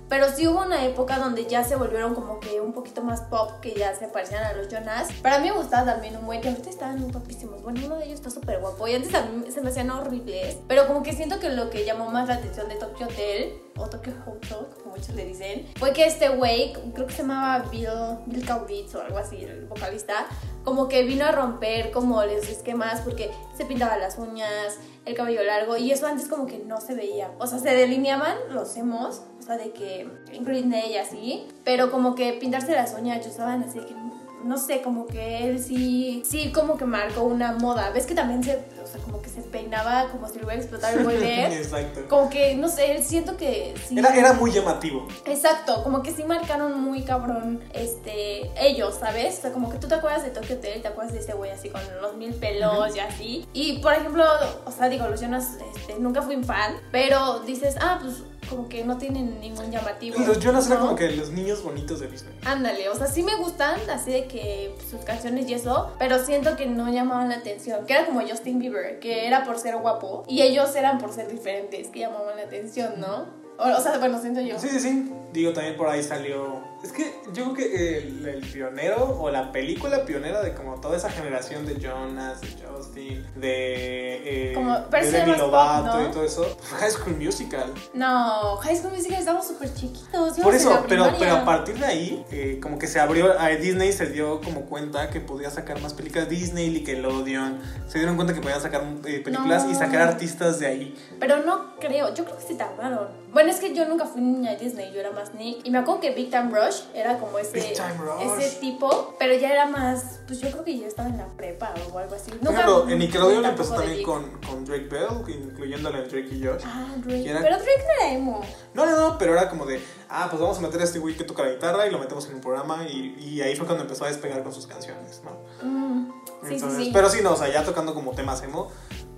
Pero sí hubo una época donde ya se volvieron como que un poquito más pop, que ya se parecían a los Jonas. Para mí me gustaba también un buen, que ahorita estaban guapísimos. Bueno, uno de ellos está súper guapo y antes a mí se me hacían horribles. Pero como que siento que lo que llamó más la atención de Tokyo Hotel, o Tokyo Hotel, como muchos le dicen, fue que este güey, creo que se llamaba Bill, Bill Kaulitz o algo así, el vocalista, como que vino a romper como los esquemas porque se pintaba las uñas, el cabello largo y eso antes como que no se veía. O sea, se delineaban los hemos, o sea, de que en Green Day y así, pero como que pintarse las uñas, yo estaban así que no sé, como que él sí, sí como que marcó una moda. Ves que también se, o sea, como que se peinaba como si le hubiera explotado el boiler.
Exacto.
Como que, no sé, siento que sí.
Era, era muy llamativo.
Exacto, como que sí marcaron muy cabrón este, ellos, ¿sabes? O sea, como que tú te acuerdas de Tokyo Hotel y te acuerdas de este güey así con los mil pelos y así. Y por ejemplo, o sea, digo, los Jonas, este, nunca fui un fan, pero dices, ah, pues como que no tienen ningún llamativo.
Los Jonas eran
¿no?
como que los niños bonitos de Disney.
Ándale, o sea, sí me gustan así de que pues, sus canciones y eso, pero siento que no llamaban la atención, que era como Justin Bieber, que era por ser guapo y ellos eran por ser diferentes, que llamaban la atención, ¿no? O, o sea, bueno, siento yo.
Sí, sí, sí. Digo, también por ahí salió. Es que yo creo que el, el pionero o la película pionera de como toda esa generación de Jonas, de Justin, de. eh,
Como- pero
de
ese
Demi
era más pop,
Lovato
¿no?
y todo eso. fue High School Musical.
No, High School Musical estamos súper chiquitos.
Por
íbamos en
eso,
la
pero,
primaria.
pero a partir de ahí, eh, como que se abrió, a Disney se dio como cuenta que podía sacar más películas, Disney, Nickelodeon, se dieron cuenta que podían sacar eh, películas
No.
y sacar artistas de ahí.
Pero no creo, yo creo que se tardaron. Bueno, es que yo nunca fui niña de Disney, yo era más Nick. Y me acuerdo que Big Time Rush era como ese,
Big Time Rush.
ese tipo, pero ya era más, pues yo creo que ya estaba en la prepa o algo así.
Por
Nunca
ejemplo, en Nickelodeon
fui
empezó
tampoco de
también
Big.
con, con Drake Bell, incluyéndole a Drake y Josh.
Ah, Drake.
que era-
Pero Drake no era emo.
No, no, no, pero era como de, ah, pues vamos a meter a este güey que toca la guitarra y lo metemos en un programa y, y ahí fue cuando empezó a despegar con sus canciones, ¿no?
Mm, sí,
Entonces,
sí, sí.
Pero sí, no, o sea, ya tocando como temas emo,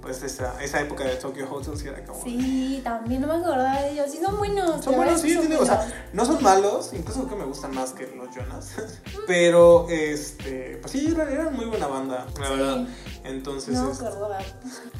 pues esa, esa época de Tokyo Hotel sí era como...
Sí, también no me acordaba de ellos. Sí, son buenos.
Son
la
buenos,
verdad es que
sí,
son
tiene- o sea,
buenos.
no son malos, incluso creo que me gustan más que los Jonas. Pero, este, pues sí, eran, eran muy buena banda, la
Sí.
verdad. Entonces,
No me
este,
acordaba.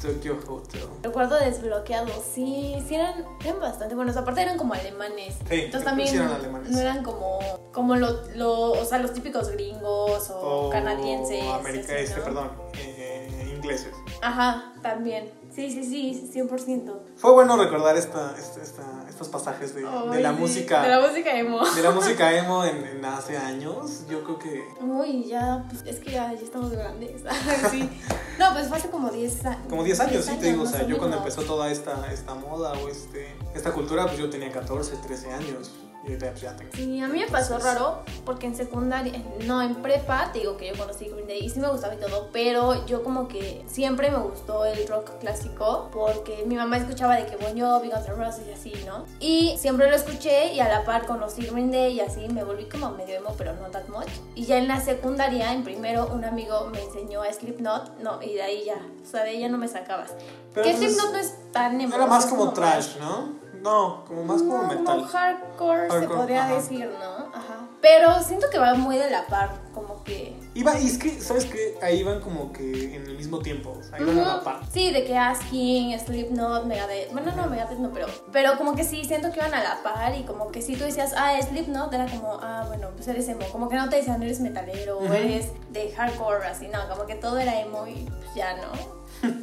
Tokyo Hotel.
Recuerdo desbloqueados, sí, sí eran, eran bastante buenos. Aparte eran como alemanes.
Sí, creo que
Entonces también
sí eran alemanes.
no eran como, como lo, lo- o sea, los típicos gringos o,
O
canadienses.
América,
así,
este,
¿no?
perdón, eh, ingleses.
Ajá, también. Sí, sí, sí, 100%.
Fue bueno recordar esta, esta- esta- estos pasajes de, de
Ay,
la
sí,
música.
De la música emo.
de la música emo en, en hace años. Yo creo que.
Uy, ya, pues, es que ya, ya estamos grandes. sí. No, pues fue hace como 10 años.
Como 10 años, sí te digo. O
más
sea, yo cuando
menos.
empezó toda esta, esta moda o este, esta cultura, pues yo tenía 14, 13 años. Y ahorita pues, ya tengo.
Sí, a mí me pasó
Entonces,
raro porque en secundaria, no, en prepa, te digo que yo conocí Green Day y sí me gustaba y todo, pero yo como que siempre me gustó el rock clásico porque mi mamá escuchaba de que Bon Jovi, Guns N' Roses y así, ¿no? Y siempre lo escuché y a la par conocí Green Day y así me volví como medio emo, pero no that much. Y ya en la secundaria, en primero, un amigo me enseñó a Slipknot, no, y de ahí ya, o sea, de ahí ya no me sacabas.
Pero
que
entonces-
Slipknot no es tan emo.
Era más
es
como trash, ¿no? No, como más como
No,
metal.
hardcore, se
Hardcore,
podría
ajá.
decir, ¿no? Ajá. Pero siento que va muy de la par, como que.
Iba, y es que, ¿sabes qué? Ahí iban como que en el mismo tiempo. O sea, iban a la
Ujú.
par.
Sí, de que Asking, Slipknot, Megadeth. Bueno, no, Megadeth no, pero. Pero como que sí, siento que iban a la par y como que si tú decías, ah, Slipknot, era como, ah, bueno, pues eres emo. Como que no te decían, eres metalero o
Ujú.
eres de hardcore, así, no. Como que todo era emo y pues, ya, ¿no?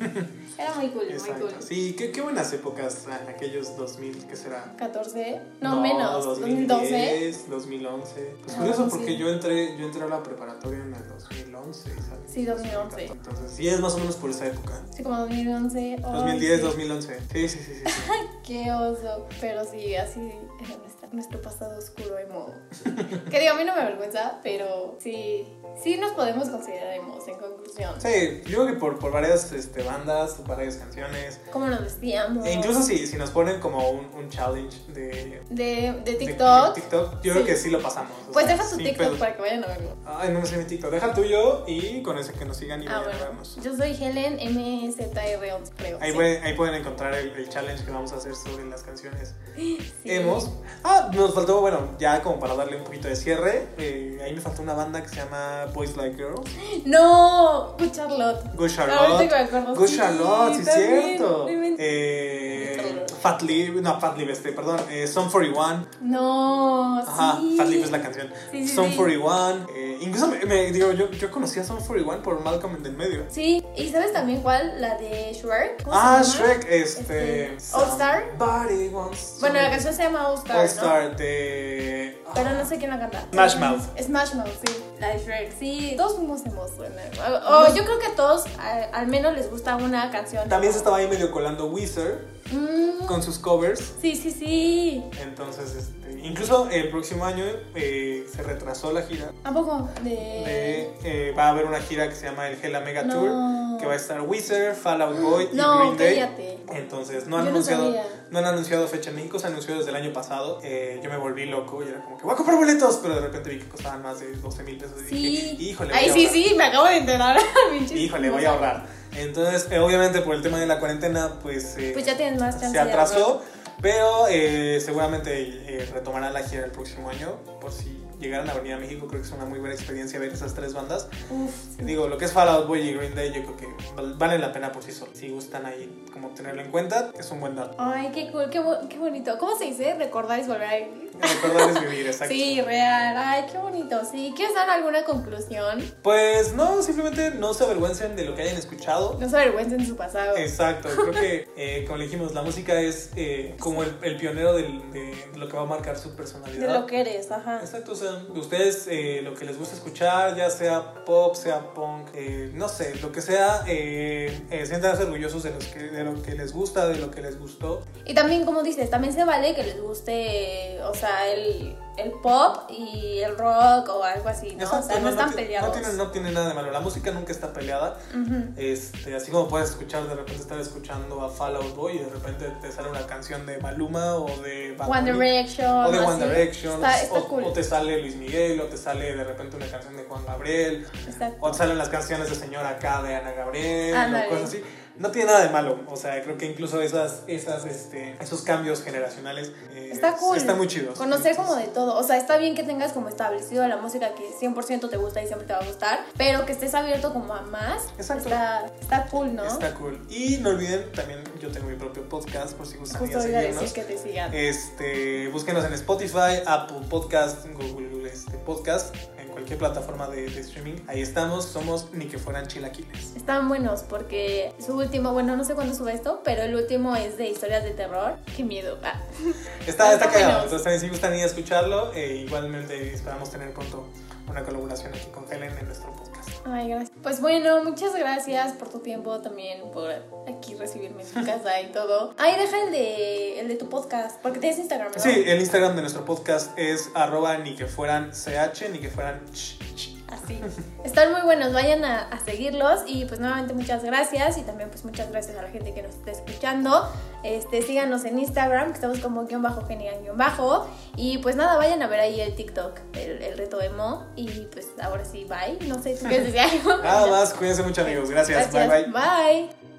Era muy cool,
Exacto.
muy cool.
Sí, qué, qué buenas épocas, ah, aquellos 2000, ¿qué será?
14, no, menos, 2012.
2010, 2011. Pues
Ah,
curioso
sí.
porque yo entré yo entré a la preparatoria en el 2011, ¿sabes?
Sí, 2011.
Entonces, sí, es más o menos por esa época.
Sí, como 2011. ay,
2010,
sí.
2011. Sí, sí, sí, sí. sí.
Qué oso, pero sí, así era nuestra- nuestro pasado oscuro emo. que digo, a mí no me avergüenza, pero sí, sí nos podemos considerar emos en conclusión.
Sí, yo creo que por, por varias este, bandas puesto varias canciones.
¿Cómo nos vestíamos?
E incluso si, si nos ponen como un, un challenge de,
De, de
de-
TikTok.
de TikTok, yo
Sí.
creo que sí lo pasamos. o
Pues
sea,
deja tu
sin
TikTok
pedos.
para que vayan a verlo.
Ay, no me sé mi TikTok. Deja el tuyo y con ese que nos sigan y
Ah,
vayan a
bueno.
vernos.
Yo soy Helen MZR11, creo.
Ahí,
sí.
pueden, ahí pueden encontrar el, el challenge que vamos a hacer sobre las canciones.
Sí.
Hemos. Ah, nos faltó, bueno, ya como para darle un poquito de cierre. eh, ahí me faltó una banda que se llama Boys Like Girls.
No, Good Charlotte.
Good
Ah, Ahorita que me
Charlotte.
acuerdo.
Good
sí,
Charlotte, sí, es
también,
cierto.
no inventes.
Eh, Fat Lip, no, Fat Lip, este, perdón. Eh, Sum 41.
No,
Ajá,
Ah, sí.
Fat Lip es la canción.
Sí, sí,
Sum
sí.
41. eh, incluso me, me- digo, yo, yo conocí a Sum 41 por Malcolm en el medio.
Sí, ¿y sabes también cuál? La de Shrek. ¿Cómo
Ah,
se llama?
Shrek, este.
Este, All Star.
Somebody wants to-
Bueno, la canción se llama All Star,
All
¿no?
Star de.
Pero no sé quién la canta.
Smash Mouth.
Smash Mouth, sí. La de Shrek, sí. Todos fuimos emos. bueno. O o yo creo que a todos a- al menos les gusta una canción.
También se estaba ahí medio colando Wizard
Mm,
con sus covers.
sí, sí, sí.
Entonces, este, incluso el próximo año eh, se retrasó la gira.
¿A poco? De...
De, eh, va a haber una gira que se llama el Hella Mega
No. Ah.
Tour. Que va a estar Wizard, Fallout Boy y
No,
Green Day.
cállate.
Entonces, no han,
Yo no
anunciado, no,
sabía.
han anunciado fecha en México, se anunció desde el año pasado. Eh, yo me volví loco y era como que voy a comprar boletos, pero de repente vi que costaban más de 12 mil pesos. Y
Sí.
dije, híjole, voy
Ay,
a
sí,
ahorrar.
sí, me acabo de enterar. Pinches
Híjole, voy a
cosas.
ahorrar. Entonces, eh, obviamente por el tema de la cuarentena, pues, eh,
Pues ya tienes más chance.
se
de ahorrar.
atrasó, pero eh, seguramente eh, retomará la gira el próximo año, por si llegaran a venir a México, creo que es una muy buena experiencia ver esas tres bandas.
Uf, sí.
Digo, lo que es Fallout Boy y Green Day, yo creo que val- vale la pena por sí solo. Si gustan ahí, como tenerlo en cuenta, es un buen dato.
Ay, qué cool, qué, bo- qué bonito. ¿Cómo se dice? Recordar y volver a ir.
Recordarles vivir, exacto.
Sí, real. Ay, qué bonito. Sí, ¿quieres dar alguna conclusión?
Pues no, simplemente no se avergüencen de lo que hayan escuchado.
No se avergüencen de su pasado.
Exacto, creo que, eh, como le dijimos, la música es eh, como el, el pionero del- de lo que va a marcar su
De
personalidad.
lo que eres, ajá.
Exacto, o sea, ustedes eh, lo que les gusta escuchar, ya sea pop, sea punk, eh, no sé, lo que sea, eh, eh, siéntanse orgullosos de, los que, de lo que les gusta, de lo que les gustó.
Y también, como dices, también se vale que les guste, eh, o sea, el, el pop y el rock o algo así, ¿no? o
Exacto,
sea, no, están
ti-
peleados.
pues, No tiene, no tiene nada de malo, la música nunca está peleada.
Ujú.
Este, así como puedes escuchar, de repente estar escuchando a Fallout Boy y de repente te sale una canción de Maluma o de Bad
One
Bunny.
Direction.
O de One
así.
Direction,
Está, está
o,
cool.
o te sale Luis Miguel, o te sale de repente una canción de Juan Gabriel,
Exacto.
o te salen las canciones de Señora acá de Ana Gabriel,
Ándale.
o cosas así. No tiene nada de malo, o sea, creo que incluso esas, esas, este, esos cambios generacionales eh,
Está cool.
están muy chidos.
Conocer como
Entonces,
de todo. O sea, está bien que tengas como establecido la música que 100% te gusta y siempre te va a gustar, pero que estés abierto como a más.
Exacto.
Está, está cool, ¿no?
Está cool. Y no olviden, también yo tengo mi propio podcast, por si gustan ir
Justo
a
iba a
seguirnos.
decir que te sigan.
Este, búsquenos en Spotify, Apple Podcast, Google este, Podcast, en cualquier plataforma de, de streaming. Ahí estamos, somos ni que fueran chilaquiles.
Están buenos porque su último, bueno, no sé cuándo sube esto, pero el último es de historias de terror. Qué miedo. Ah.
Está, está
Está
cagado,
bueno.
entonces también si gustan ir a escucharlo, e igualmente esperamos tener pronto una colaboración aquí con Helen en nuestro podcast.
Ay, gracias. Pues bueno, muchas gracias por tu tiempo también, por aquí recibirme en tu casa y todo. Ay, deja el de, el de tu podcast, porque tienes Instagram, ¿no?
Sí, el Instagram de nuestro podcast es arroba ni que fueran ch, ni que fueran ch. ch.
Así. Están muy buenos, vayan a, a seguirlos y pues nuevamente muchas gracias y también pues muchas gracias a la gente que nos está escuchando. Este, síganos en Instagram, que estamos como guión bajo genial guión bajo. Y pues nada, vayan a ver ahí el TikTok, el, el reto emo. Y pues ahora sí, bye. No sé, ¿tú quieres decir algo?
Nada más, cuídense mucho amigos, gracias, bye bye.
Bye.